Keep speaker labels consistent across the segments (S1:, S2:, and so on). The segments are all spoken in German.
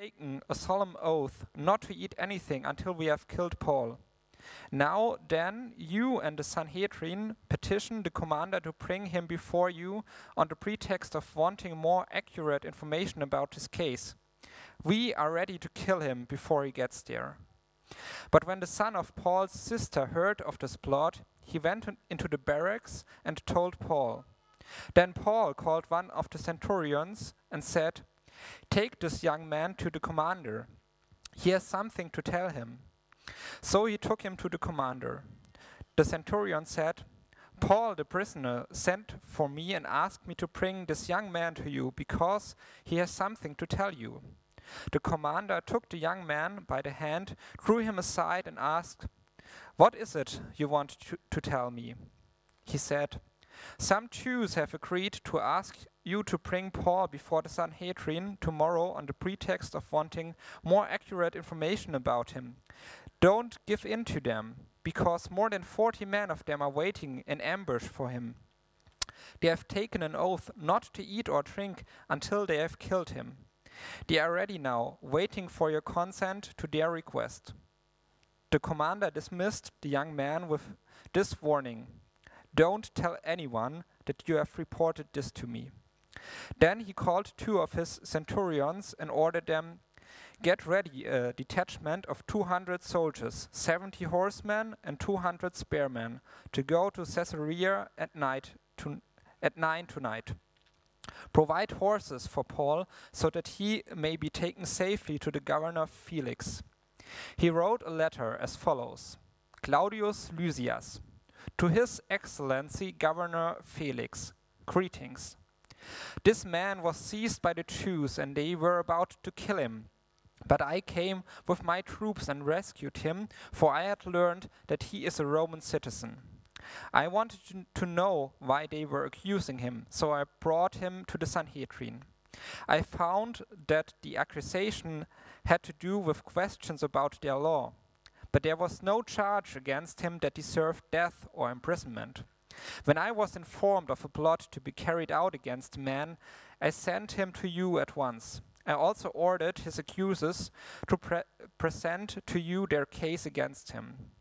S1: taken a solemn oath not to eat anything until we have killed Paul. Now, then, you and the Sanhedrin petition the commander to bring him before you on the pretext of wanting more accurate information about his case. We are ready to kill him before he gets there. But when the son of Paul's sister heard of this plot, he went in- into the barracks and told Paul. Then Paul called one of the centurions and said, Take this young man to the commander. He has something to tell him. So he took him to the commander. The centurion said, Paul, the prisoner, sent for me and asked me to bring this young man to you because he has something to tell you. The commander took the young man by the hand, drew him aside, and asked, What is it you want to, to tell me? He said, Some Jews have agreed to ask you to bring Paul before the Sanhedrin tomorrow on the pretext of wanting more accurate information about him. Don't give in to them, because more than 40 men of them are waiting in ambush for him. They have taken an oath not to eat or drink until they have killed him. They are ready now, waiting for your consent to their request. The commander dismissed the young man with this warning Don't tell anyone that you have reported this to me. Then he called two of his centurions and ordered them Get ready a detachment of 200 soldiers, 70 horsemen, and 200 spearmen to go to Caesarea at night to, at nine tonight. Provide horses for Paul so that he may be taken safely to the governor Felix. He wrote a letter as follows Claudius Lysias, to His Excellency Governor Felix, greetings. This man was seized by the Jews, and they were about to kill him. But I came with my troops and rescued him, for I had learned that he is a Roman citizen. I wanted to- to know why they were accusing him, so I brought him to the Sanhedrin. I found that the accusation had to do with questions about their law, but there was no charge against him that deserved death or imprisonment. When I was informed of a plot to be carried out against the man, I sent him to you at once. I also ordered his accusers to pre- present to you their case against him.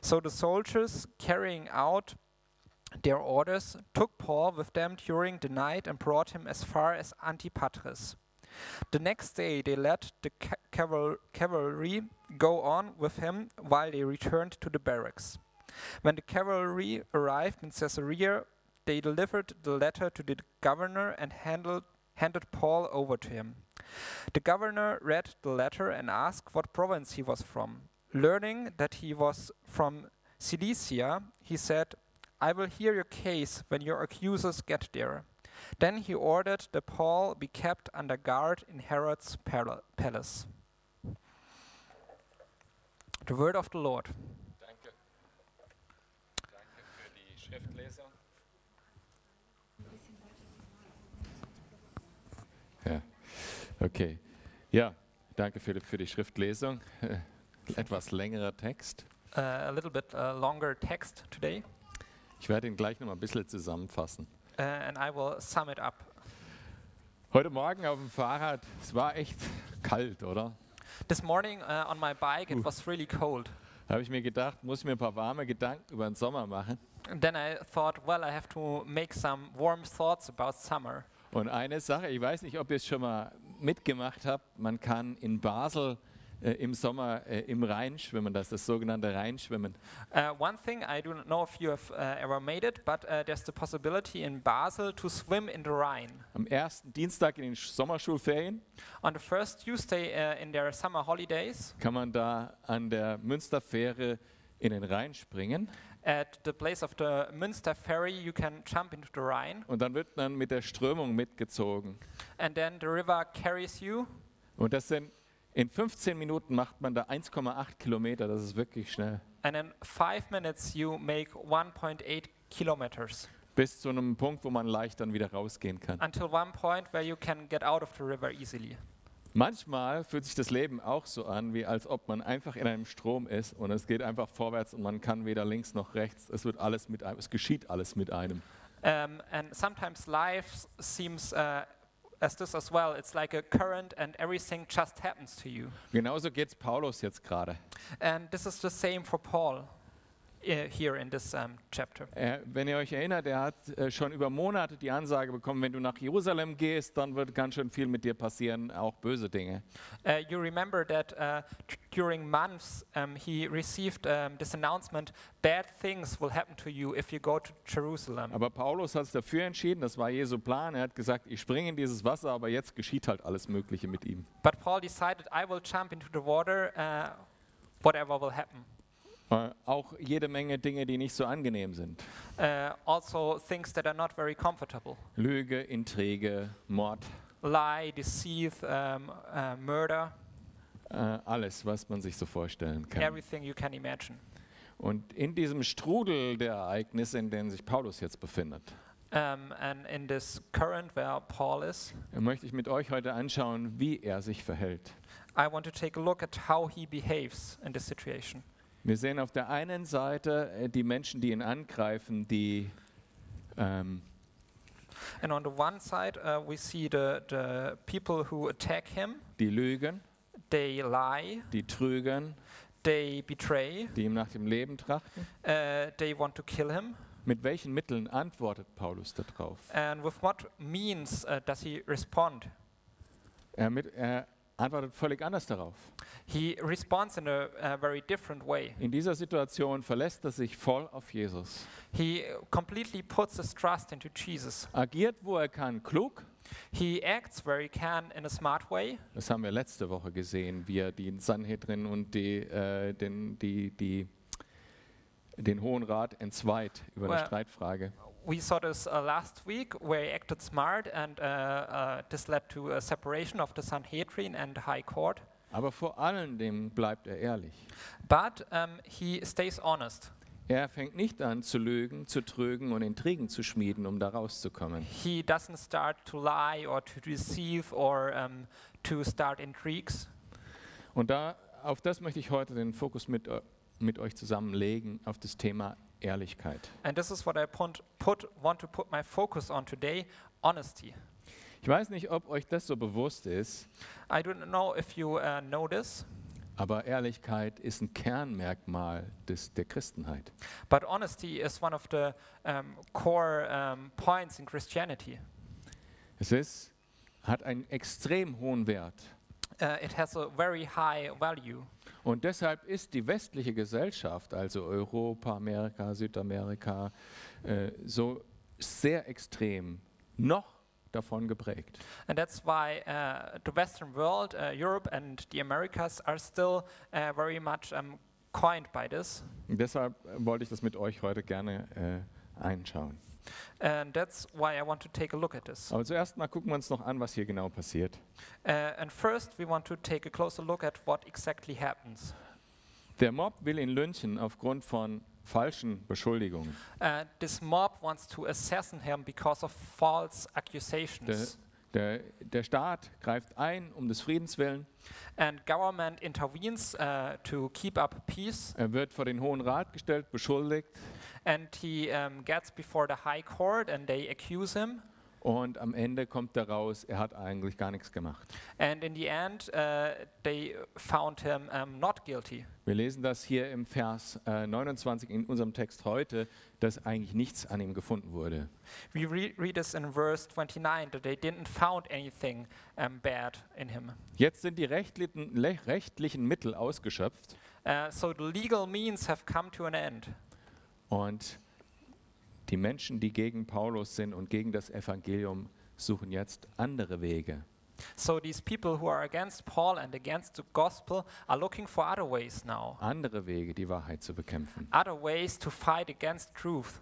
S1: So the soldiers, carrying out their orders, took Paul with them during the night and brought him as far as Antipatris. The next day, they let the ca- caval- cavalry go on with him while they returned to the barracks. When the cavalry arrived in Caesarea, they delivered the letter to the governor and handled, handed Paul over to him. The governor read the letter and asked what province he was from. Learning that he was from Cilicia, he said, I will hear your case when your accusers get there. Then he ordered that Paul be kept under guard in Herod's pala- palace. The word of the Lord.
S2: Danke. Danke für die Schriftlesung. Ja, okay. Ja, danke Philipp für die Schriftlesung. Etwas längerer Text.
S1: Uh, a little bit uh, longer text today,
S2: Ich werde ihn gleich noch mal ein bisschen zusammenfassen.
S1: uh, and I will sum it up.
S2: Heute Morgen auf dem Fahrrad, es war echt kalt, oder?
S1: This morning uh, on my bike, it was really cold.
S2: Da habe ich mir gedacht, muss ich mir ein paar warme Gedanken über den Sommer machen.
S1: And then I thought, well, I have to make some warm thoughts about summer.
S2: Und eine Sache, ich weiß nicht, ob ihr es schon mal mitgemacht habt, man kann in Basel äh, im Sommer äh, im Rhein schwimmen, das ist das sogenannte Rheinschwimmen.
S1: Uh, one thing I do not know if you have uh, ever made it, but uh, there's the possibility in Basel to swim in the Rhine.
S2: Am ersten Dienstag in den Sch- Sommerschulferien
S1: On the first Tuesday uh, in their summer holidays,
S2: kann man da an der Münsterfähre in den Rhein springen
S1: at the place of the Münster ferry, you can jump into the Rhine,
S2: und dann wird man mit der Strömung mitgezogen.
S1: and then the river carries you.
S2: Und das sind in 15 Minuten macht man da 1,8 Kilometer, das ist wirklich schnell.
S1: And in five minutes, you make 1.8 kilometers
S2: Bis zu einem Punkt, wo man leicht dann wieder rausgehen kann.
S1: until one point where you can get out of the river easily.
S2: Manchmal fühlt sich das Leben auch so an, wie als ob man einfach in einem Strom ist und es geht einfach vorwärts und man kann weder links noch rechts. Es wird alles mit einem, es geschieht alles mit einem.
S1: Um, and sometimes life s- seems uh, as this as well. It's like a current, and everything just happens to you.
S2: Genauso geht es Paulus jetzt gerade.
S1: And this is the same for Paul eh, here in this um, chapter.
S2: Er, Äh, wenn ihr euch erinnert, er hat äh, schon über Monate die Ansage bekommen, wenn du nach Jerusalem gehst, dann wird ganz schön viel mit dir passieren, auch böse Dinge.
S1: Uh, you remember that uh, t- during months um, he received um, this announcement bad things will happen to you if you go to Jerusalem.
S2: Aber Paulus hat sich dafür entschieden, das war Jesu Plan. Er hat gesagt, ich springe in dieses Wasser, aber jetzt geschieht halt alles Mögliche mit ihm.
S1: But Paul decided, I will jump into the water, uh, whatever will happen.
S2: Äh, auch jede Menge Dinge, die nicht so angenehm sind.
S1: Uh, also, things that are not very comfortable
S2: Lüge, Intrige, Mord,
S1: lie, deceive, um, uh, murder,
S2: äh, alles, was man sich so vorstellen kann.
S1: everything you can imagine.
S2: Und in diesem Strudel der Ereignisse, in dem sich Paulus jetzt befindet,
S1: Um, and in this current where Paul is,
S2: möchte ich mit euch heute anschauen, wie er sich verhält.
S1: I want to take a look at how he behaves in this situation.
S2: Wir sehen auf der einen Seite äh, die Menschen, die ihn angreifen, die ähm,
S1: And on the one side, uh, we see the, the people who attack him.
S2: die lügen,
S1: They lie,
S2: die trügen,
S1: they betray,
S2: die ihm nach dem Leben trachten.
S1: uh, they want to kill him.
S2: Mit welchen Mitteln antwortet Paulus darauf?
S1: And with what means uh, does he respond?
S2: Er, mit, er antwortet völlig anders darauf.
S1: He responds in a, uh very different way.
S2: In dieser Situation verlässt er sich voll auf Jesus,
S1: He uh, completely puts his trust into Jesus.
S2: agiert, wo er kann, klug.
S1: He acts where he can in a smart way.
S2: Das haben wir letzte Woche gesehen, wie er die Sanhedrin und die, äh, den, die, die, den Hohen Rat entzweit über eine
S1: Well-
S2: Streitfrage.
S1: We saw this uh, last week where he acted smart, and uh, uh, this led to a separation of the Sanhedrin and High Court.
S2: Aber vor allem dem bleibt er ehrlich.
S1: But um, he stays honest.
S2: Er fängt nicht an zu lügen, zu trügen und Intrigen zu schmieden, um da rauszukommen.
S1: He doesn't start to lie or to deceive or um, to start intrigues.
S2: Und da, auf das möchte ich heute den Fokus mit, eu- mit euch zusammenlegen, auf das Thema Ehrlichkeit.
S1: And this is what I put, put, want to put my focus on today honesty.
S2: Ich weiß nicht, ob euch das so bewusst ist,
S1: I don't know if you uh, know this,
S2: aber Ehrlichkeit ist ein Kernmerkmal des, der Christenheit.
S1: but honesty is one of the um, core um, points in Christianity.
S2: Es ist, hat einen extrem hohen Wert.
S1: Uh, it has a very high value.
S2: Und deshalb ist die westliche Gesellschaft, also Europa, Amerika, Südamerika, äh, so sehr extrem noch davon geprägt.
S1: And that's why uh, the Western world, uh, Europe, and the Americas are still uh, very much um, coined by this.
S2: Und deshalb äh, wollte ich das mit euch heute gerne äh, einschauen.
S1: And that's why I want to take a look at this.
S2: Aber zuerst mal gucken wir uns noch an, was hier genau passiert.
S1: Uh, and first, we want to take a closer look at what exactly happens.
S2: Der Mob will ihn lynchen aufgrund von falschen Beschuldigungen.
S1: Uh, this mob wants to assassinate him because of false
S2: Der,
S1: accusations.
S2: der, der Staat greift ein um des Friedens willen.
S1: and government intervenes uh, to keep up peace.
S2: Er wird vor den Hohen Rat gestellt, beschuldigt.
S1: And he um, gets before the High Court and they accuse him.
S2: Und am Ende kommt daraus, er hat eigentlich gar nichts gemacht.
S1: And in the end, uh, they found him um, not guilty.
S2: Wir lesen das hier im Vers äh, 29 in unserem Text heute, dass eigentlich nichts an ihm gefunden wurde.
S1: We re- read this in verse 29 that they didn't found anything um, bad in him.
S2: Jetzt sind die rechtlichen, le- rechtlichen Mittel ausgeschöpft
S1: Uh, so the legal means have come to an end.
S2: und die Menschen, die gegen Paulus sind und gegen das Evangelium, suchen jetzt andere Wege.
S1: So these people who are against Paul and against the gospel are looking for other ways now,
S2: Andere Wege, die Wahrheit zu bekämpfen.
S1: other ways to fight against truth.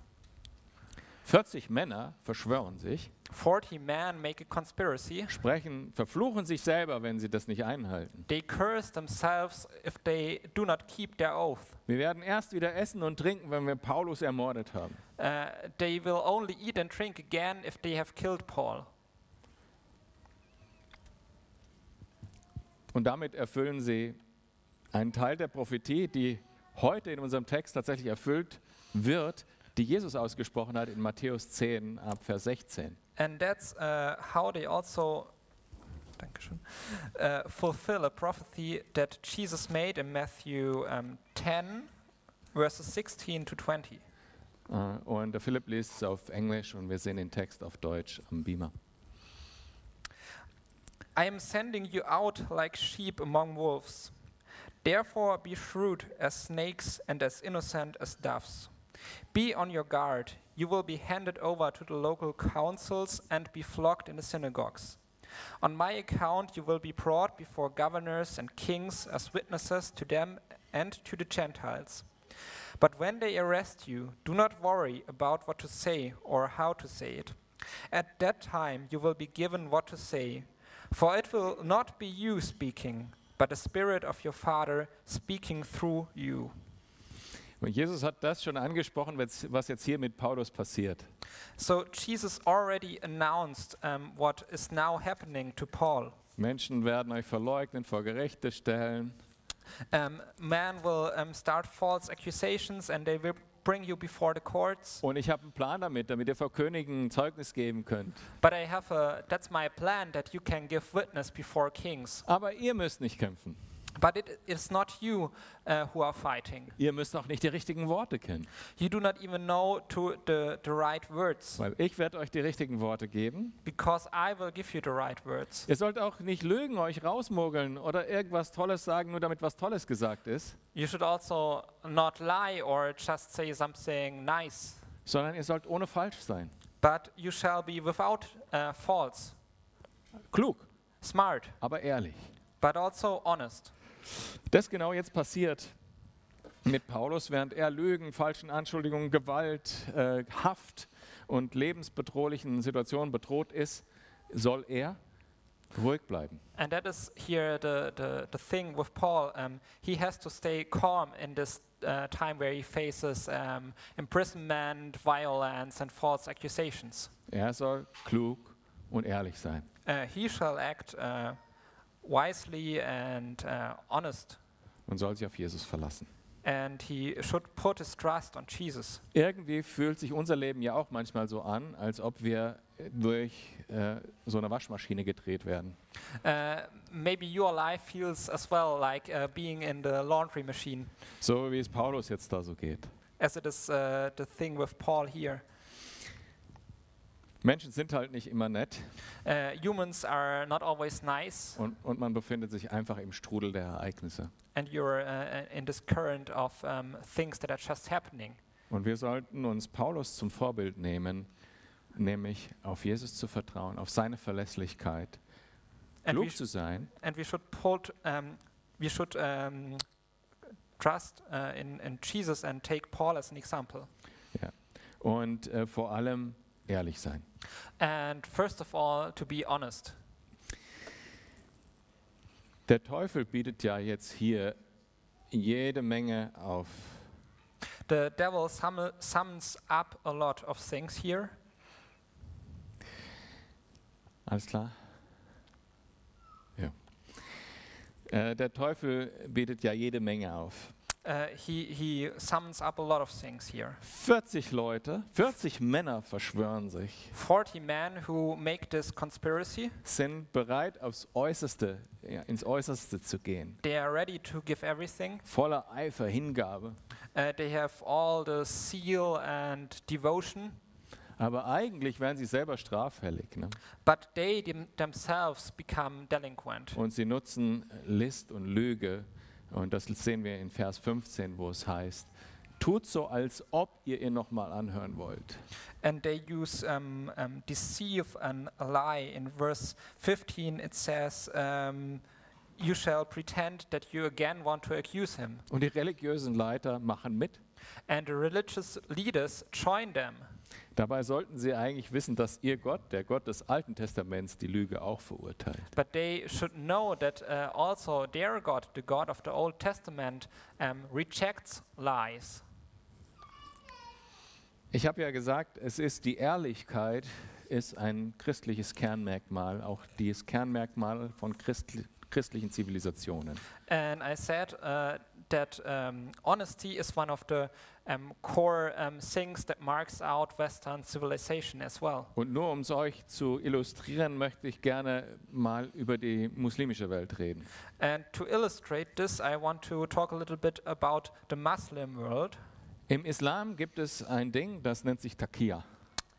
S2: 40 Männer verschwören sich,
S1: 40 men make a conspiracy.
S2: sprechen, verfluchen sich selber, wenn sie das nicht einhalten.
S1: They curse themselves if they do not keep their oath.
S2: Wir werden erst wieder essen und trinken, wenn wir Paulus ermordet haben.
S1: Uh, they will only eat and drink again if they have killed Paul.
S2: Und damit erfüllen sie einen Teil der Prophetie, die heute in unserem Text tatsächlich erfüllt wird, die Jesus ausgesprochen hat in Matthäus 10 ab Vers 16.
S1: And that's uh, how they also Dankeschön, uh, fulfill a prophecy that Jesus made in Matthew um, 10, verses 16 to 20.
S2: Äh, Und der Philipp liest es auf Englisch und wir sehen den Text auf Deutsch am Beamer.
S1: I am sending you out like sheep among wolves. Therefore be shrewd as snakes and as innocent as doves. Be on your guard. You will be handed over to the local councils and be flogged in the synagogues. On my account, you will be brought before governors and kings as witnesses to them and to the Gentiles. But when they arrest you, do not worry about what to say or how to say it. At that time, you will be given what to say, for it will not be you speaking, but the Spirit of your Father speaking through you.
S2: Und Jesus hat das schon angesprochen, was was jetzt hier mit Paulus passiert.
S1: So, Jesus already announced um, what is now happening to Paul.
S2: Menschen werden euch verleugnen, vor Gerichte stellen.
S1: Um, man will um, start false accusations and they will bring you before the courts.
S2: Und ich habe einen Plan damit, damit ihr vor Königen Zeugnis geben könnt.
S1: But I have a, that's my plan that you can give witness before kings.
S2: Aber ihr müsst nicht kämpfen.
S1: But it is not you uh, who are fighting.
S2: Ihr müsst auch nicht die richtigen Worte kennen.
S1: You do not even know to the, the right words
S2: Weil ich werde euch die richtigen Worte geben.
S1: because I will give you the right words.
S2: Ihr sollt auch nicht lügen, euch rausmogeln oder irgendwas Tolles sagen, nur damit was Tolles gesagt ist,
S1: You should also not lie or just say something nice,
S2: sondern ihr sollt ohne falsch sein.
S1: but you shall be without uh, faults,
S2: Klug,
S1: smart,
S2: aber ehrlich.
S1: but also honest.
S2: Das genau jetzt passiert mit Paulus, während er Lügen, falschen Anschuldigungen, Gewalt, äh, Haft und lebensbedrohlichen Situationen bedroht ist, soll er ruhig bleiben.
S1: And that is here the, the, the thing with Paul. Um, he has to stay calm in this uh, time where he faces um, imprisonment, violence, and false accusations.
S2: Er soll klug und ehrlich sein.
S1: Uh, he shall act uh, wisely and uh, honest,
S2: und soll sich auf Jesus verlassen.
S1: and he should put his trust on Jesus.
S2: Irgendwie fühlt sich unser Leben ja auch manchmal so an, als ob wir durch äh, so eine Waschmaschine gedreht werden.
S1: Uh, maybe your life feels as well like uh, being in the laundry machine,
S2: So wie es Paulus jetzt da so geht.
S1: as it is uh, the thing with Paul here.
S2: Menschen sind halt nicht immer nett
S1: Uh, humans are not always nice.
S2: und, und man befindet sich einfach im Strudel der Ereignisse.
S1: and you're uh, in this current of um, things that are just happening.
S2: Und wir sollten uns Paulus zum Vorbild nehmen, nämlich auf Jesus zu vertrauen, auf seine Verlässlichkeit,
S1: And we,
S2: klug
S1: sh-
S2: zu sein
S1: and we should put, um, we should um, trust uh, in, in Jesus and take Paul as an example.
S2: und äh, vor allem ehrlich sein.
S1: And first of all, to be honest.
S2: Der Teufel bietet ja jetzt hier jede Menge auf.
S1: The devil summa- sums up a lot of things here.
S2: Alles klar? Ja. Äh, der Teufel bietet ja jede Menge auf.
S1: Uh, he, he sums up a lot of things here.
S2: 40 Leute, 40 Männer verschwören sich,
S1: 40 men who make this conspiracy,
S2: sind bereit, aufs Äußerste, ja, ins Äußerste zu gehen.
S1: they are ready to give everything.
S2: Voller Eifer, Hingabe.
S1: Uh, they have all the zeal and devotion
S2: Aber eigentlich wären sie selber straffällig. Ne?
S1: But they them- themselves become delinquent.
S2: Und sie nutzen List und Lüge. Und das sehen wir in Vers 15, wo es heißt, tut so, als ob ihr ihn nochmal anhören wollt.
S1: And they use um, um, deceive and lie. In verse 15, it says, um, You shall pretend that you again want to accuse him.
S2: Und die religiösen Leiter machen mit.
S1: And the religious leaders join them.
S2: Dabei sollten sie eigentlich wissen, dass ihr Gott, der Gott des Alten Testaments, die Lüge auch verurteilt.
S1: But they should know that uh, also their God, the God of the Old Testament, um, rejects lies.
S2: Ich habe ja gesagt, es ist die Ehrlichkeit, ist ein christliches Kernmerkmal, auch dieses Kernmerkmal von Christli- christlichen Zivilisationen.
S1: And I said uh, that um, honesty is one of the um, core um, things that marks out Western civilization as well.
S2: Und nur um es euch zu illustrieren, möchte ich gerne mal über die muslimische Welt reden.
S1: And to illustrate this, I want to talk a little bit about the Muslim world.
S2: Im Islam gibt es ein Ding, das nennt sich Takia.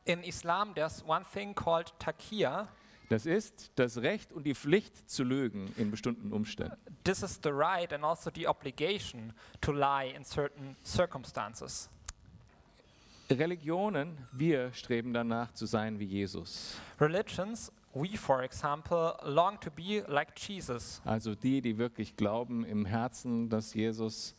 S1: In Islam, there's one thing called takia.
S2: Das ist das Recht und die Pflicht zu lügen in bestimmten Umständen.
S1: This is the right and also the obligation to lie in certain circumstances.
S2: Religionen, wir streben danach zu sein wie Jesus.
S1: Religions, we, for example, long to be like Jesus.
S2: Also die, die wirklich glauben im Herzen, dass Jesus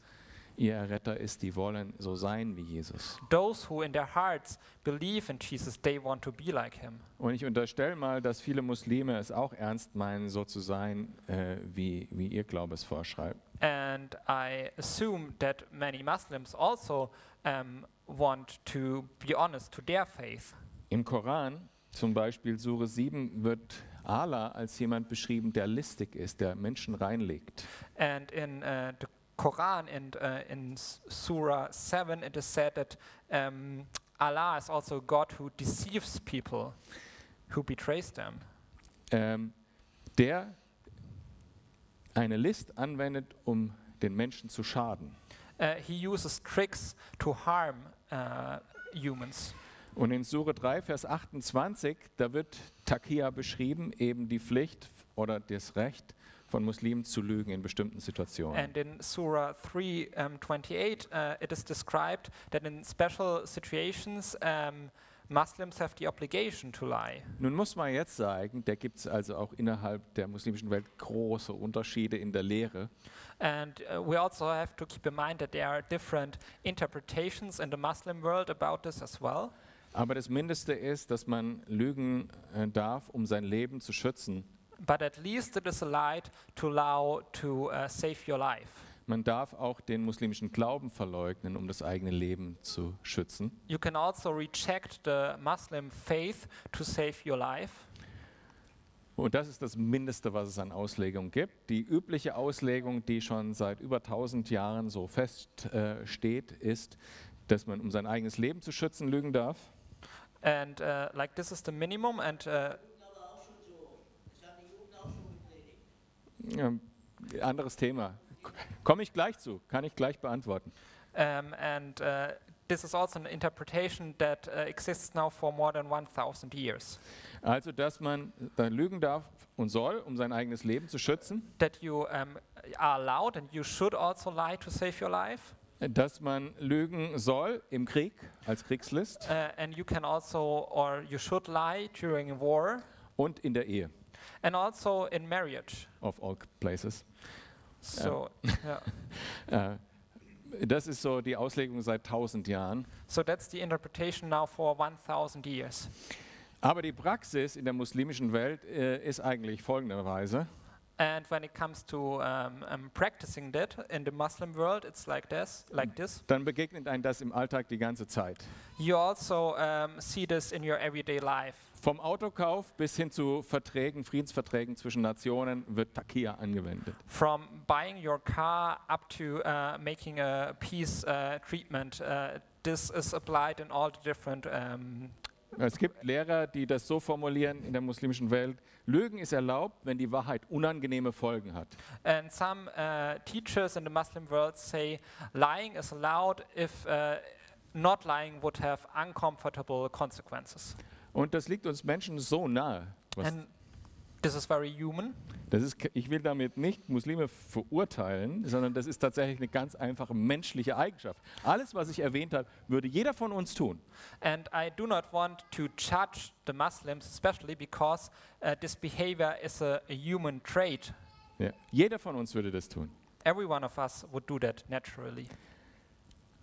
S2: ihr Retter ist, die wollen so sein wie Jesus.
S1: Those who in their hearts believe in Jesus, they want to be like him.
S2: Und ich unterstelle mal, dass viele Muslime es auch ernst meinen, so zu sein, äh, wie, wie ihr Glaube es vorschreibt.
S1: And I assume that many Muslims also um, want to be honest to their faith.
S2: Im Koran, zum Beispiel Sure 7, wird Allah als jemand beschrieben, der listig ist, der Menschen reinlegt.
S1: And in uh, the Koran and uh, in S- Surah 7, it is said that um, Allah is also a God who deceives people, who betrays them.
S2: ähm, der eine List anwendet, um den Menschen zu schaden.
S1: Uh, he uses tricks to harm uh, humans.
S2: Und in Sure 3, Vers 28, da wird Takia beschrieben, eben die Pflicht oder das Recht von Muslimen zu lügen in bestimmten Situationen.
S1: And in Surah 3, um, 28, uh, it is described that in special situations, um, Muslims have the obligation to lie.
S2: Nun muss man jetzt sagen, da gibt es also auch innerhalb der muslimischen Welt große Unterschiede in der Lehre.
S1: And uh, we also have to keep in mind that there are different interpretations in the Muslim world about this as well.
S2: Aber das Mindeste ist, dass man lügen äh, darf, um sein Leben zu schützen.
S1: But at least it is allowed to allow to uh, save your life.
S2: Man darf auch den muslimischen Glauben verleugnen, um das eigene Leben zu schützen.
S1: You can also reject the Muslim faith to save your life.
S2: Und das ist das Mindeste, was es an Auslegung gibt. Die übliche Auslegung, die schon seit über 1000 Jahren so feststeht, äh, steht, ist, dass man, um sein eigenes Leben zu schützen, lügen darf.
S1: And uh, like this is the minimum. And uh,
S2: Ja, anderes Thema. K- Komme ich gleich zu, kann ich gleich beantworten.
S1: um, and uh, this is also an interpretation that uh, exists now for more than 1,000 years.
S2: Also, dass man dann lügen darf und soll, um sein eigenes Leben zu schützen.
S1: That you um, are allowed and you should also lie to save your life.
S2: Dass man lügen soll im Krieg, als Kriegslist
S1: Uh, and you can also, or you should lie during a war.
S2: und in der Ehe,
S1: And also in marriage.
S2: of all places.
S1: So, yeah.
S2: Äh, Das ist so die Auslegung seit 1000 Jahren.
S1: so that's the interpretation now for 1,000 years.
S2: Aber die Praxis in der muslimischen Welt äh, ist eigentlich folgenderweise.
S1: And when it comes to um, um, practicing that in the Muslim world, it's like this. Like this.
S2: Dann begegnet ein das im Alltag die ganze Zeit.
S1: You also um, see this in your everyday life.
S2: Vom Autokauf bis hin zu Verträgen, Friedensverträgen zwischen Nationen wird Takia angewendet.
S1: From buying your car up to uh, making a peace uh, treatment, uh, this is applied in all the different. Um,
S2: Es gibt Lehrer, die das so formulieren in der muslimischen Welt. Lügen ist erlaubt, wenn die Wahrheit unangenehme Folgen hat.
S1: and some uh, teachers in the Muslim world say lying is allowed if uh, not lying would have uncomfortable consequences.
S2: Und das liegt uns Menschen so nahe. Was
S1: And this is very human.
S2: Das ist, ke- ich will damit nicht Muslime verurteilen, sondern das ist tatsächlich eine ganz einfache menschliche Eigenschaft. Alles, was ich erwähnt habe, würde jeder von uns tun.
S1: And I do not want to judge the Muslims, especially because uh, this behavior is a, a human trait.
S2: Ja. Jeder von uns würde das tun.
S1: Every one of us would do that naturally.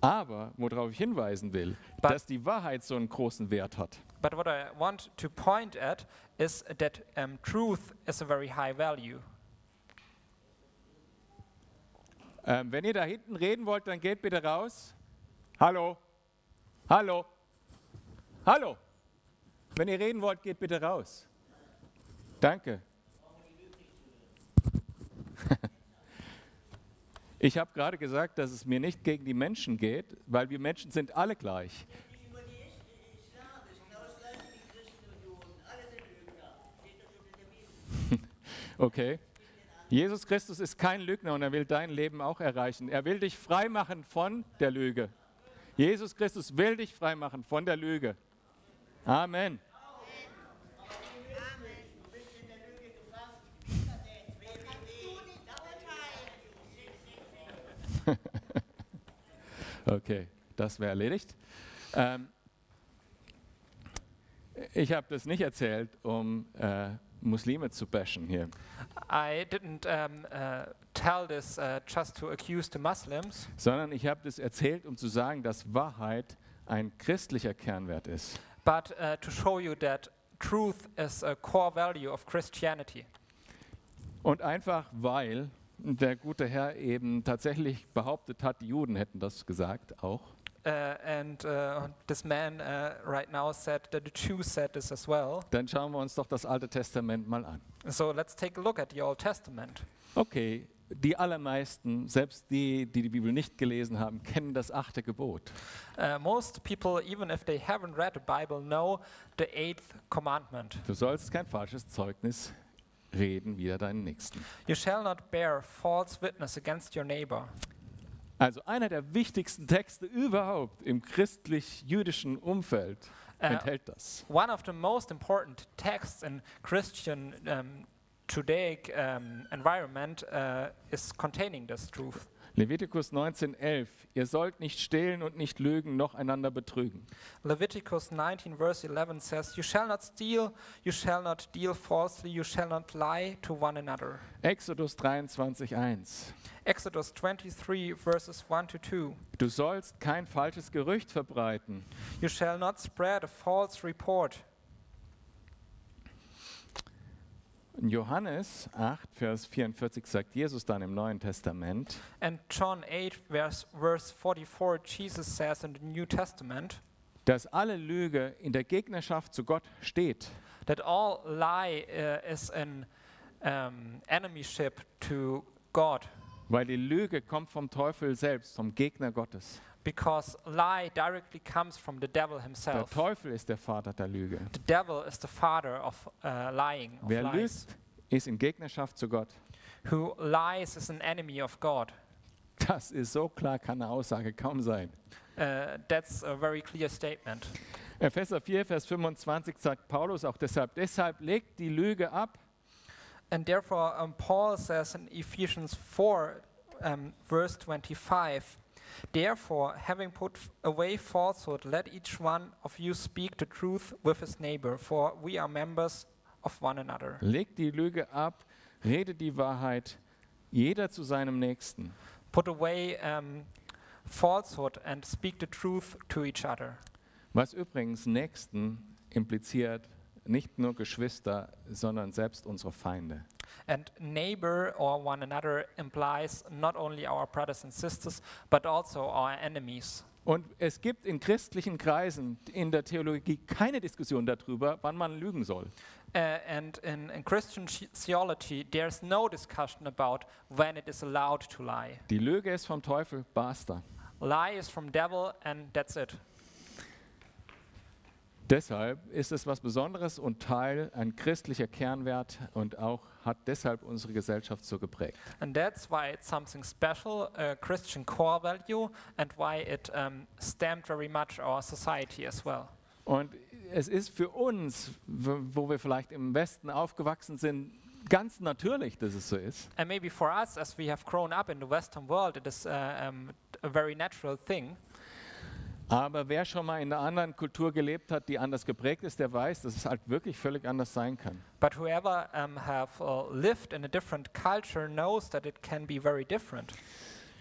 S2: Aber worauf ich hinweisen will,
S1: But-
S2: dass die Wahrheit so einen großen Wert hat.
S1: But what I want to point at is that um, truth is a very high value.
S2: Ähm, wenn ihr da hinten reden wollt, dann geht bitte raus. Hallo. Hallo. Hallo. Wenn ihr reden wollt, geht bitte raus. Danke. Ich habe gerade gesagt, dass es mir nicht gegen die Menschen geht, weil wir Menschen sind alle gleich. Okay. Jesus Christus ist kein Lügner und er will dein Leben auch erreichen. Er will dich freimachen von der Lüge. Jesus Christus will dich freimachen von der Lüge. Amen. Okay, das wäre erledigt. Ähm, ich habe das nicht erzählt, um äh, Muslime zu bashen hier.
S1: I didn't um, uh, tell this uh, just to accuse the Muslims,
S2: sondern ich habe das erzählt, um zu sagen, dass Wahrheit ein christlicher Kernwert ist.
S1: but uh, to show you that truth is a core value of Christianity.
S2: Und einfach weil der gute Herr eben tatsächlich behauptet hat, die Juden hätten das gesagt auch.
S1: Uh, and uh, this man uh, right now said that the Jews said this as well.
S2: Dann schauen wir uns doch das Alte Testament mal an.
S1: So let's take a look at the Old Testament.
S2: Okay, die allermeisten, selbst die, die die Bibel nicht gelesen haben, kennen das achte Gebot.
S1: Uh, most people, even if they haven't read the Bible, know the eighth commandment
S2: Du sollst kein falsches Zeugnis reden wider deinen Nächsten.
S1: You shall not bear false witness against your neighbor.
S2: Also einer der wichtigsten Texte überhaupt im christlich-jüdischen Umfeld
S1: Äh.
S2: enthält das.
S1: One of the most important texts in Christian um, Judaic um, environment uh, is containing this truth.
S2: Levitikus 19,11. Ihr sollt nicht stehlen und nicht lügen, noch einander betrügen.
S1: Leviticus 19, verse 11 says, You shall not steal, you shall not deal falsely, you shall not lie to one another.
S2: Exodus 23,1.
S1: Exodus 23, verses 1 to 2.
S2: Du sollst kein falsches Gerücht verbreiten.
S1: You shall not spread a false report.
S2: In Johannes 8, Vers 44 sagt Jesus dann im Neuen Testament,
S1: And John 8, verse, verse 44, Jesus says in the New Testament
S2: dass alle Lüge in der Gegnerschaft zu Gott steht.
S1: that all lie uh, is an um, enemyship to God,
S2: Weil die Lüge kommt vom Teufel selbst, vom Gegner Gottes.
S1: because lie directly comes from the devil
S2: Der
S1: himself.
S2: Teufel ist der Vater der Lüge.
S1: The devil is the father of uh, lying, of
S2: Wer
S1: lies.
S2: lügt, ist in Gegnerschaft zu Gott.
S1: Who lies is an enemy of God.
S2: Das ist so klar, kann eine Aussage kaum sein.
S1: Uh, that's a very clear statement.
S2: Epheser 4, Vers 25 sagt Paulus auch deshalb, deshalb legt die Lüge ab.
S1: And therefore, um, Paul says in Ephesians 4, um, verse 25, Therefore, having put f- away falsehood, let each one of you speak the truth with his neighbor, for we are members of one another.
S2: Legt die Lüge ab, redet die Wahrheit, jeder zu seinem Nächsten.
S1: Put away um, falsehood and speak the truth to each other.
S2: Was übrigens Nächsten impliziert, nicht nur Geschwister, sondern selbst unsere Feinde.
S1: And neighbor or one another implies not only our brothers and sisters, but also our enemies.
S2: Und es gibt in christlichen Kreisen in der Theologie keine Diskussion darüber, wann man lügen soll.
S1: Uh, and in, in Christian sh- theology, there's no discussion about when it is allowed to lie.
S2: Die Lüge ist vom Teufel, basta.
S1: Lie is from devil, and that's it.
S2: Deshalb ist es was Besonderes und Teil, ein christlicher Kernwert und auch hat deshalb unsere Gesellschaft so geprägt.
S1: And that's why it's something special, a Christian core value, and why it um, stamped very much our society as well.
S2: Und es ist für uns, w- wo wir vielleicht im Westen aufgewachsen sind, ganz natürlich, dass es so ist.
S1: And maybe for us, as we have grown up in the Western world, it is uh, um, a very natural thing.
S2: Aber wer schon mal in einer anderen Kultur gelebt hat, die anders geprägt ist, der weiß, dass es halt wirklich völlig anders sein kann.
S1: But whoever um, have uh, lived in a different culture knows that it can be very different.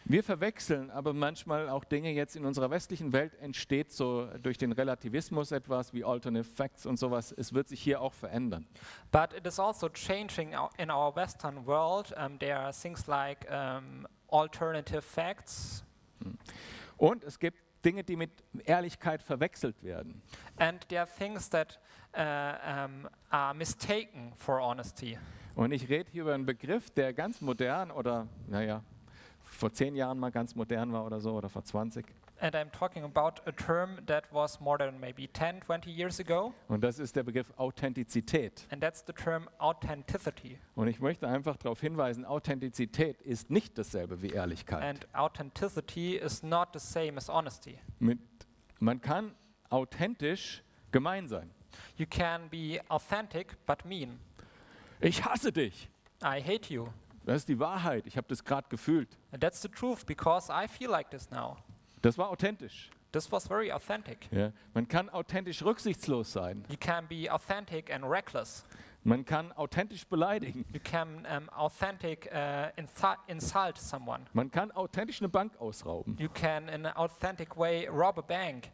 S2: Wir verwechseln aber manchmal auch Dinge jetzt in unserer westlichen Welt entsteht so durch den Relativismus etwas wie Alternative Facts und sowas. Es wird sich hier auch verändern.
S1: But it is also changing ou- in our Western world. Um, there are things like um, alternative facts,
S2: Und es gibt Dinge, die mit Ehrlichkeit verwechselt werden.
S1: and there are things that uh, um, are mistaken for honesty.
S2: Und ich rede hier über einen Begriff, der ganz modern oder, naja, vor zehn Jahren mal ganz modern war oder so oder vor 20.
S1: And I'm talking about a term that was more than maybe 10, 20 years ago,
S2: Und das ist der Begriff Authentizität.
S1: and that's the term authenticity.
S2: Und ich möchte einfach darauf hinweisen, Authentizität ist nicht dasselbe wie Ehrlichkeit.
S1: And authenticity is not the same as honesty.
S2: Mit, man kann authentisch gemein sein.
S1: You can be authentic but mean.
S2: Ich hasse dich.
S1: I hate you.
S2: Das ist die Wahrheit. Ich habe das gerade gefühlt.
S1: And that's the truth because I feel like this now.
S2: Das war authentisch.
S1: This was very authentic.
S2: Ja. Man kann authentisch rücksichtslos sein.
S1: You can be authentic and reckless.
S2: Man kann authentisch beleidigen.
S1: You can um, authentic uh, insu- insult someone.
S2: Man kann authentisch eine Bank ausrauben.
S1: You can, in an authentic way, rob a bank.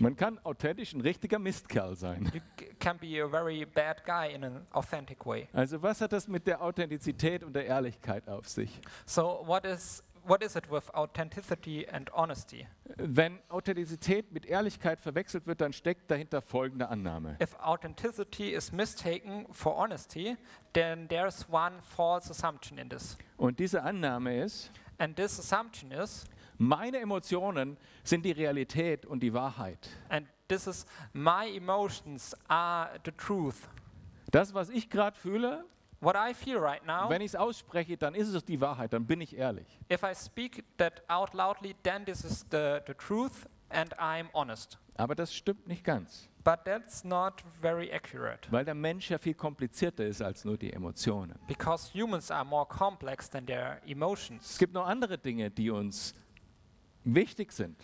S2: Man kann authentisch ein richtiger Mistkerl sein.
S1: You c- can be a very bad guy in an authentic way.
S2: Also was hat das mit der Authentizität und der Ehrlichkeit auf sich?
S1: So what is what is it with authenticity and honesty?
S2: Wenn Authentizität mit Ehrlichkeit verwechselt wird, dann steckt dahinter folgende Annahme.
S1: If authenticity is mistaken for honesty, then there's one false assumption in this.
S2: Und diese Annahme ist,
S1: And this assumption is,
S2: meine Emotionen sind die Realität und die Wahrheit.
S1: and this is my emotions are the truth.
S2: Das, was ich gerade fühle,
S1: What I feel right now,
S2: wenn ich es ausspreche, dann ist es die Wahrheit, dann bin ich ehrlich.
S1: if I speak that out loudly, then this is the, the truth and I'm honest.
S2: Aber das stimmt nicht ganz,
S1: But that's not very accurate
S2: weil der Mensch ja viel komplizierter ist als nur die Emotionen.
S1: because humans are more complex than their
S2: Es
S1: emotions.
S2: gibt noch andere Dinge, die uns wichtig sind,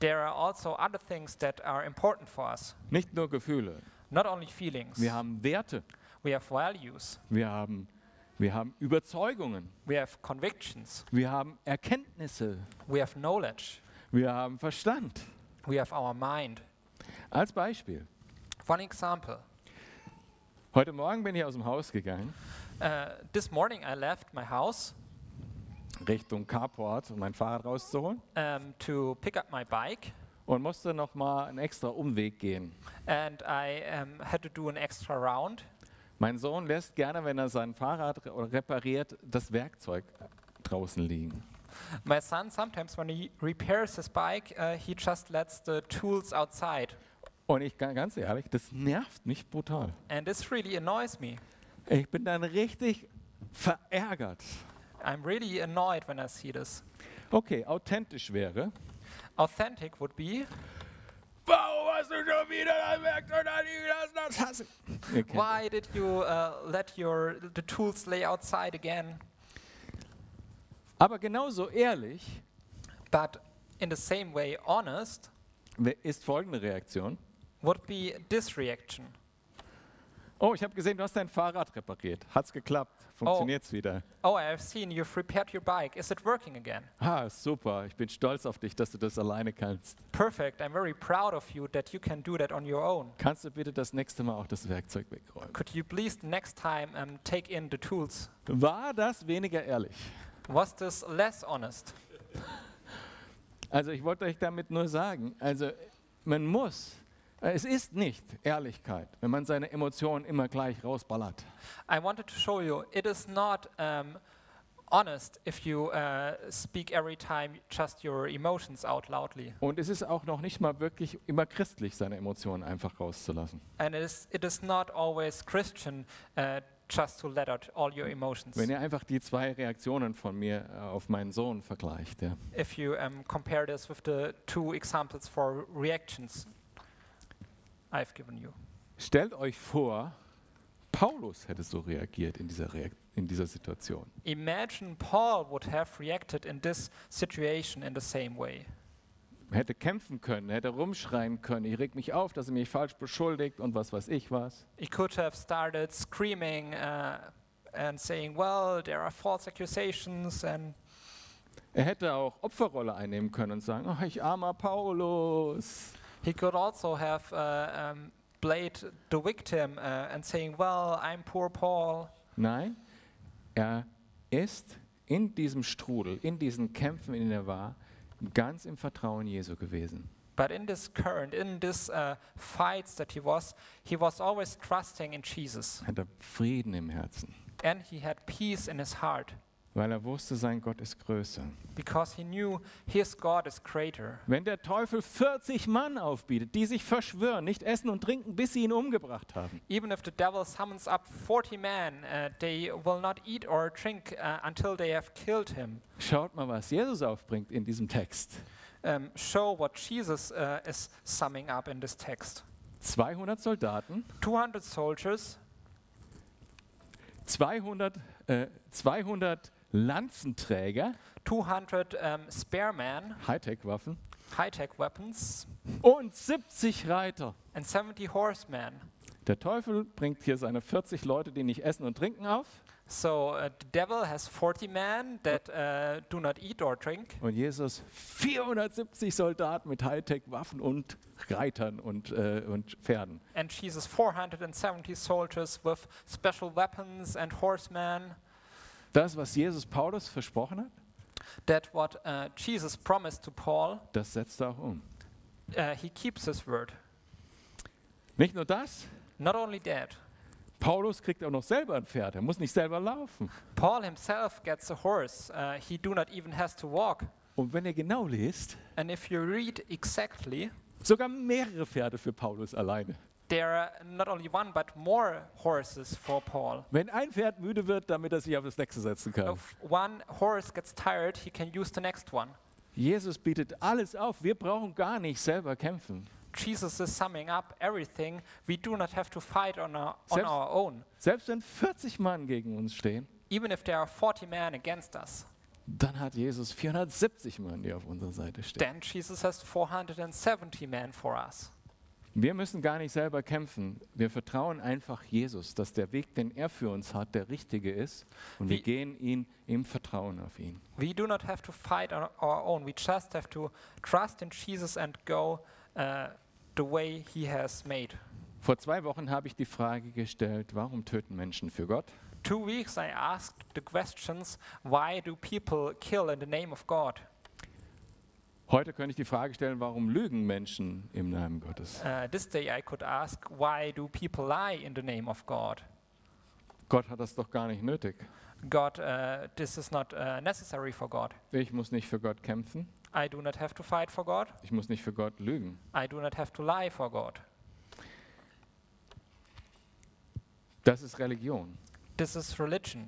S1: There are also other things that are important for us,
S2: nicht nur Gefühle.
S1: not only feelings.
S2: Wir haben Werte,
S1: We have values,
S2: wir haben, wir haben Überzeugungen,
S1: we have convictions,
S2: wir haben Erkenntnisse,
S1: we have knowledge,
S2: wir haben Verstand.
S1: we have our mind.
S2: Als Beispiel.
S1: One example
S2: Heute Morgen bin ich aus dem Haus gegangen,
S1: uh, this morning I left my house
S2: Richtung Carport, um mein Fahrrad rauszuholen
S1: um, to pick up my bike,
S2: und musste nochmal einen extra Umweg gehen.
S1: and I um, had to do an extra round.
S2: Mein Sohn lässt gerne, wenn er sein Fahrrad re- repariert, das Werkzeug draußen liegen.
S1: My son, sometimes when he repairs his bike, uh, he just lets the tools outside,
S2: Und ich ga- ganz ehrlich, das nervt mich brutal.
S1: and this really annoys me.
S2: Ich bin dann richtig verärgert.
S1: I'm really annoyed when I see this.
S2: Okay, authentisch wäre.
S1: Authentic would be
S2: Warum hast du schon wieder das Werkzeug da liegen lassen? Das hasse ich. Ihr kennt
S1: why did you uh, let your the tools lay outside again?
S2: das. Aber genauso ehrlich
S1: But in the same way, honest
S2: we- ist folgende Reaktion.
S1: would be this reaction.
S2: Oh, ich habe gesehen, du hast dein Fahrrad repariert. Hat's geklappt? Funktioniert's wieder?
S1: Oh, I have seen you've repaired your bike. Is it working again?
S2: Ah, super. Ich bin stolz auf dich, dass du das alleine kannst.
S1: Perfect. I'm very proud of you that you can do that on your own.
S2: Kannst du bitte das nächste Mal auch das Werkzeug wegräumen?
S1: Could you please the next time um, take in the tools?
S2: War das weniger ehrlich?
S1: Was this less honest?
S2: Also ich wollte euch damit nur sagen, also man muss, es ist nicht Ehrlichkeit, wenn man seine Emotionen immer gleich rausballert.
S1: I wanted to show you it is not um, honest if you uh, speak every time just your emotions out loudly.
S2: Und es ist auch noch nicht mal wirklich immer christlich, seine Emotionen einfach rauszulassen.
S1: And it is, it is not always Christian uh, just to let out all your emotions.
S2: Wenn ihr einfach die zwei Reaktionen von mir äh, auf meinen Sohn vergleicht. Ja.
S1: if you um, compare this with the two examples for reactions I've given you.
S2: Stellt euch vor, Paulus hätte so reagiert in dieser, Reak in dieser Situation.
S1: Imagine Paul would have reacted in this situation in the same way.
S2: Hätte kämpfen können, hätte rumschreien können, ich reg mich auf, dass er mich falsch beschuldigt und was weiß ich was.
S1: He could have started screaming uh, and saying, Well, there are false accusations, and
S2: Er hätte auch Opferrolle einnehmen können und sagen, ach, ich armer Paulus.
S1: he could also have uh, um, played the victim uh, and saying, Well, I'm poor Paul.
S2: Nein, er ist in diesem Strudel, in diesen Kämpfen, in denen er war, ganz im Vertrauen Jesu gewesen.
S1: But in this current, in this uh, fights that he was, he was always trusting in Jesus,
S2: Er hatte Frieden im Herzen.
S1: and he had peace in his heart.
S2: weil er wusste, sein Gott ist größer.
S1: because he knew his God is greater.
S2: Wenn der Teufel 40 Mann aufbietet, die sich verschwören, nicht essen und trinken, bis sie ihn umgebracht haben,
S1: Even if the devil summons up 40 men, uh, they will not eat or drink uh, until they have killed him.
S2: schaut mal, was Jesus aufbringt in diesem Text.
S1: Um, show what Jesus uh, is summing up in this text
S2: 200 Soldaten,
S1: 200 soldiers,
S2: 200, äh, 200 Lanzenträger,
S1: 200 um, spearmen,
S2: Hightech-Waffen,
S1: high tech weapons,
S2: und 70 Reiter.
S1: and 70 horsemen.
S2: Der Teufel bringt hier seine 40 Leute, die nicht essen und trinken, auf.
S1: So uh, the devil has 40 men that uh, do not eat or drink,
S2: Und Jesus 470 Soldaten mit Hightech-Waffen und Reitern und, äh, und Pferden.
S1: and Jesus 470 soldiers with special weapons and horsemen.
S2: Das, was Jesus Paulus versprochen hat,
S1: That what uh, Jesus promised to Paul,
S2: das setzt er auch um.
S1: uh, he keeps his word.
S2: Nicht nur das,
S1: Not only that,
S2: Paulus kriegt auch noch selber ein Pferd. Er muss nicht selber laufen.
S1: Paul himself gets a horse. Uh, he do not even has to walk.
S2: Und wenn ihr genau lest,
S1: And if you read exactly,
S2: sogar mehrere Pferde für Paulus alleine.
S1: there are not only one but more horses for Paul.
S2: Wenn ein Pferd müde wird, damit er sich auf das nächste setzen kann.
S1: If one horse gets tired, he can use the next one.
S2: Jesus bietet alles auf. Wir brauchen gar nicht selber kämpfen.
S1: Jesus is summing up everything. We do not have to fight on our, on
S2: Selbst-
S1: our own.
S2: Selbst wenn 40 Mann gegen uns stehen,
S1: Even if there are 40 men against us,
S2: dann hat Jesus 470 Mann, die auf unserer Seite stehen.
S1: then Jesus has 470 men for us.
S2: Wir müssen gar nicht selber kämpfen. Wir vertrauen einfach Jesus, dass der Weg, den er für uns hat, der richtige ist. Und wir
S1: Wie-
S2: gehen ihn im Vertrauen auf ihn.
S1: We do not have to fight on our own. We just have to trust in Jesus and go uh, the way He has made.
S2: Vor zwei Wochen habe ich die Frage gestellt, warum töten Menschen für Gott?
S1: Two weeks I asked the questions why do people kill in the name of God?
S2: Heute könnte ich die Frage stellen, warum lügen Menschen im Namen Gottes?
S1: Uh, this day I could ask why do people lie in the name of God?
S2: Gott hat das doch gar nicht nötig.
S1: God, uh, this is not uh, necessary for God.
S2: Ich muss nicht für Gott kämpfen.
S1: I do not have to fight for God.
S2: Ich muss nicht für Gott lügen.
S1: I do not have to lie for God.
S2: Das ist Religion.
S1: This is religion.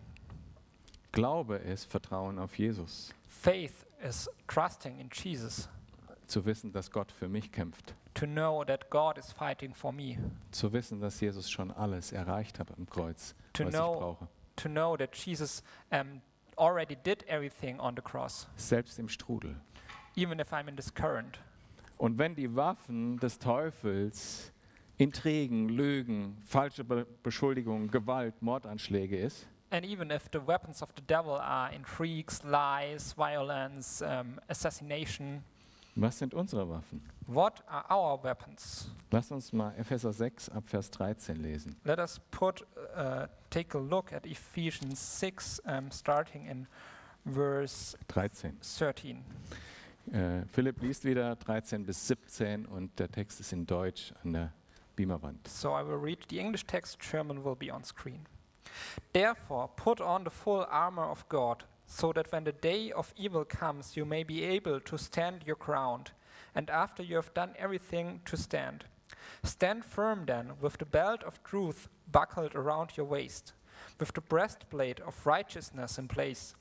S2: Glaube ist Vertrauen auf Jesus.
S1: Faith is trusting in Jesus
S2: Zu wissen, dass Gott für mich kämpft.
S1: to know that God is fighting for me.
S2: Zu wissen, dass Jesus schon alles erreicht hat am Kreuz,
S1: To
S2: was ich
S1: know-
S2: brauche.
S1: to know that Jesus um, already did everything on the cross,
S2: Selbst im Strudel.
S1: even if I'm in this current.
S2: Und wenn die Waffen des Teufels Intrigen, Lügen, falsche Be Beschuldigungen, Gewalt, Mordanschläge ist,
S1: And even if the weapons of the devil are intrigues, lies, violence, um, assassination,
S2: was sind unsere Waffen?
S1: what are our weapons?
S2: Lass uns mal Epheser 6 ab Vers 13 lesen.
S1: Let us put, uh, take a look at Ephesians 6, um, starting in verse
S2: 13.
S1: 13.
S2: Äh, Philipp liest wieder 13 bis 17 und der Text ist in Deutsch an der Beamerwand.
S1: So I will read the English text, German will be on screen. Therefore, put on the full armor of God, so that when the day of evil comes, you may be able to stand your ground, and after you have done everything, to stand. Stand firm then, with the belt of truth buckled around your waist, with the breastplate of righteousness in place,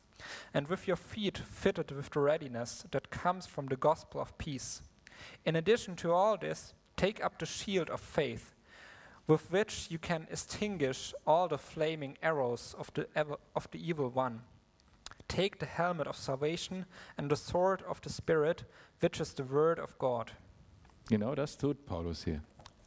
S1: and with your feet fitted with the readiness that comes from the gospel of peace. In addition to all this, take up the shield of faith with which you can extinguish all the flaming arrows of the, ev- of the evil one. Take the helmet of salvation and the sword of the Spirit, which is the word of God.
S2: Genau das tut Paulus hier.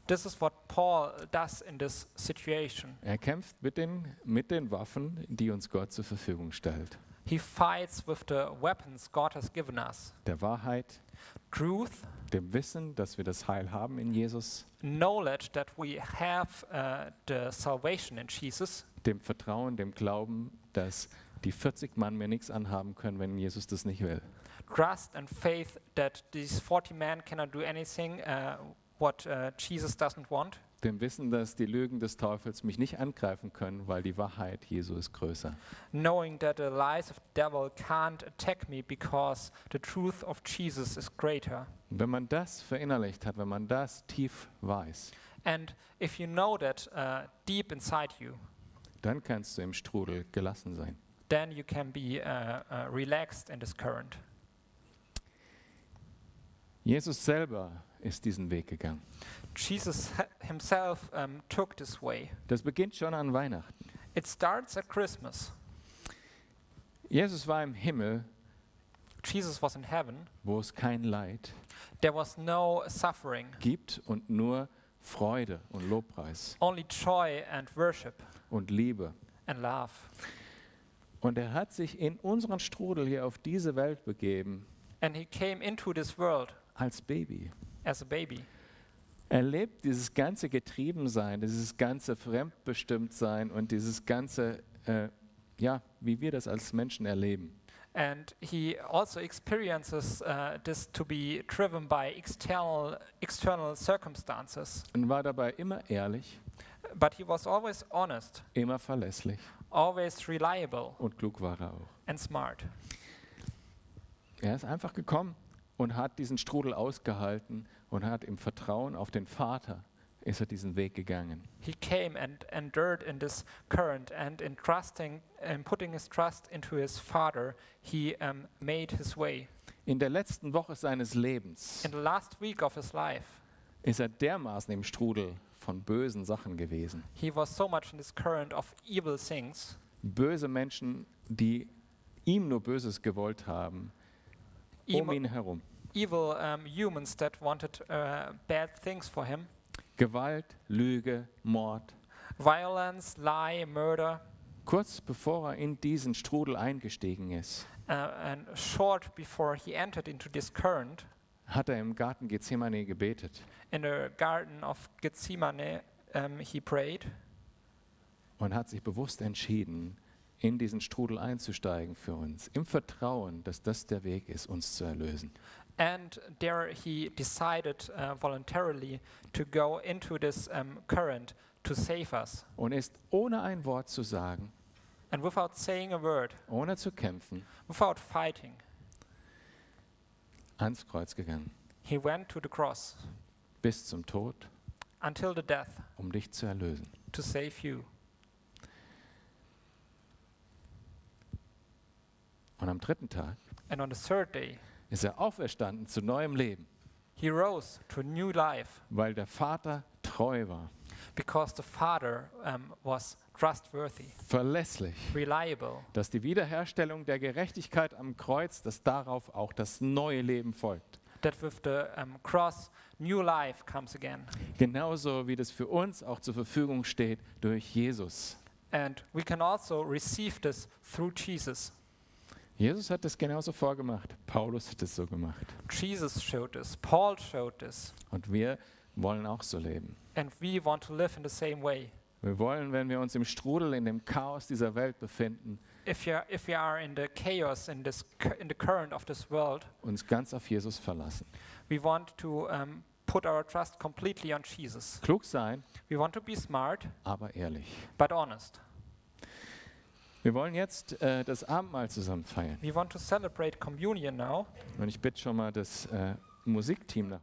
S1: This is what Paul does in this situation.
S2: Er kämpft mit den, mit den Waffen, die uns Gott zur Verfügung stellt.
S1: He fights with the weapons God has given us
S2: Der Wahrheit,
S1: truth,
S2: dem Wissen, dass wir das Heil haben in Jesus,
S1: knowledge that we have uh, the salvation in Jesus,
S2: dem Vertrauen, dem Glauben, dass die 40 Mann mir nichts anhaben können, wenn Jesus das nicht will.
S1: trust and faith that these 40 men cannot do anything uh, what uh, Jesus doesn't want.
S2: dem Wissen, dass die Lügen des Teufels mich nicht angreifen können, weil die Wahrheit Jesu ist größer.
S1: knowing that the lies of the devil can't attack me because the truth of Jesus is greater.
S2: Und wenn man das verinnerlicht hat, wenn man das tief weiß,
S1: And if you know that uh, deep inside you,
S2: dann kannst du im Strudel gelassen sein.
S1: then you can be uh, uh, relaxed in this current.
S2: Jesus selber ist diesen Weg gegangen.
S1: Jesus h- himself um, took this way.
S2: Das beginnt schon an Weihnachten.
S1: It starts at Christmas.
S2: Jesus war im Himmel,
S1: Jesus was in heaven.
S2: wo es kein Leid
S1: There was no suffering,
S2: gibt und nur Freude und Lobpreis
S1: only joy and worship
S2: und Liebe.
S1: and love.
S2: Und er hat sich in unseren Strudel hier auf diese Welt begeben,
S1: And he came into this world
S2: als Baby.
S1: as a baby.
S2: Er lebt dieses ganze Getriebensein, dieses ganze Fremdbestimmtsein und dieses ganze, äh, ja, wie wir das als Menschen erleben.
S1: And he also experiences uh, this to be driven by external, external circumstances.
S2: Und war dabei immer ehrlich,
S1: But he was always honest,
S2: immer verlässlich
S1: always reliable
S2: und klug war er auch.
S1: and smart.
S2: Er ist einfach gekommen und hat diesen Strudel ausgehalten und hat im Vertrauen auf den Vater ist er diesen Weg gegangen.
S1: He came and endured in this current, and in trusting and putting his trust into his Father, he um, made his way.
S2: In der letzten Woche seines Lebens
S1: In the last week of his life,
S2: ist er dermaßen im Strudel von bösen Sachen gewesen.
S1: he was so much in this current of evil things,
S2: Böse Menschen, die ihm nur Böses gewollt haben, um
S1: emo-
S2: ihn herum.
S1: evil um, humans that wanted uh, bad things for him,
S2: Gewalt, Lüge, Mord.
S1: violence, lie, murder.
S2: Kurz bevor er in diesen Strudel eingestiegen ist,
S1: Uh, and short before he entered into this current
S2: hat er im Garten Gethsemane gebetet.
S1: in the garden of Gethsemane, um, he prayed.
S2: und hat sich bewusst entschieden, in diesen Strudel einzusteigen für uns, im Vertrauen, dass das der Weg ist, uns zu erlösen.
S1: And there he decided uh, voluntarily to go into this um, current to save us.
S2: Und ist ohne ein Wort zu sagen,
S1: And without saying a word,
S2: ohne zu kämpfen,
S1: without fighting,
S2: ans Kreuz gegangen,
S1: he went to the cross
S2: bis zum Tod,
S1: until the death
S2: um dich zu erlösen.
S1: to save you.
S2: Und am dritten Tag
S1: And on the third day,
S2: ist er auferstanden zu neuem Leben,
S1: he rose to new life
S2: weil der Vater treu war,
S1: because the Father um, was trustworthy,
S2: verlässlich,
S1: reliable.
S2: dass die Wiederherstellung der Gerechtigkeit am Kreuz, dass darauf auch das neue Leben folgt.
S1: that with the um, cross, new life comes again.
S2: Genauso wie das für uns auch zur Verfügung steht durch Jesus.
S1: And we can also receive this through Jesus.
S2: Jesus hat es genauso vorgemacht. Paulus hat es so gemacht.
S1: Jesus showed this, Paul showed this,
S2: Und wir wollen auch so leben.
S1: and we want to live in the same way.
S2: Wir wollen, wenn wir uns im Strudel, in dem Chaos dieser Welt befinden,
S1: If you are, if you are in the chaos, in, this, cu- in the current of this world,
S2: uns ganz auf Jesus verlassen.
S1: we want to um, put our trust completely on Jesus.
S2: Klug sein,
S1: We want to be smart,
S2: aber ehrlich.
S1: but honest.
S2: Wir wollen jetzt äh, das Abendmahl zusammen feiern.
S1: We want to celebrate communion now.
S2: Und ich bitte schon mal das äh, Musikteam nach.